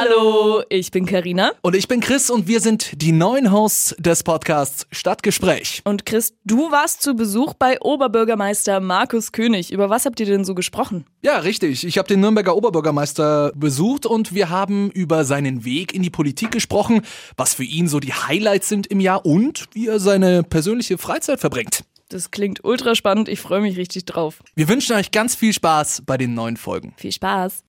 Hallo, ich bin Karina. Und ich bin Chris und wir sind die neuen Hosts des Podcasts Stadtgespräch. Und Chris, du warst zu Besuch bei Oberbürgermeister Markus König. Über was habt ihr denn so gesprochen? Ja, richtig. Ich habe den Nürnberger Oberbürgermeister besucht und wir haben über seinen Weg in die Politik gesprochen, was für ihn so die Highlights sind im Jahr und wie er seine persönliche Freizeit verbringt. Das klingt ultra spannend. Ich freue mich richtig drauf. Wir wünschen euch ganz viel Spaß bei den neuen Folgen. Viel Spaß.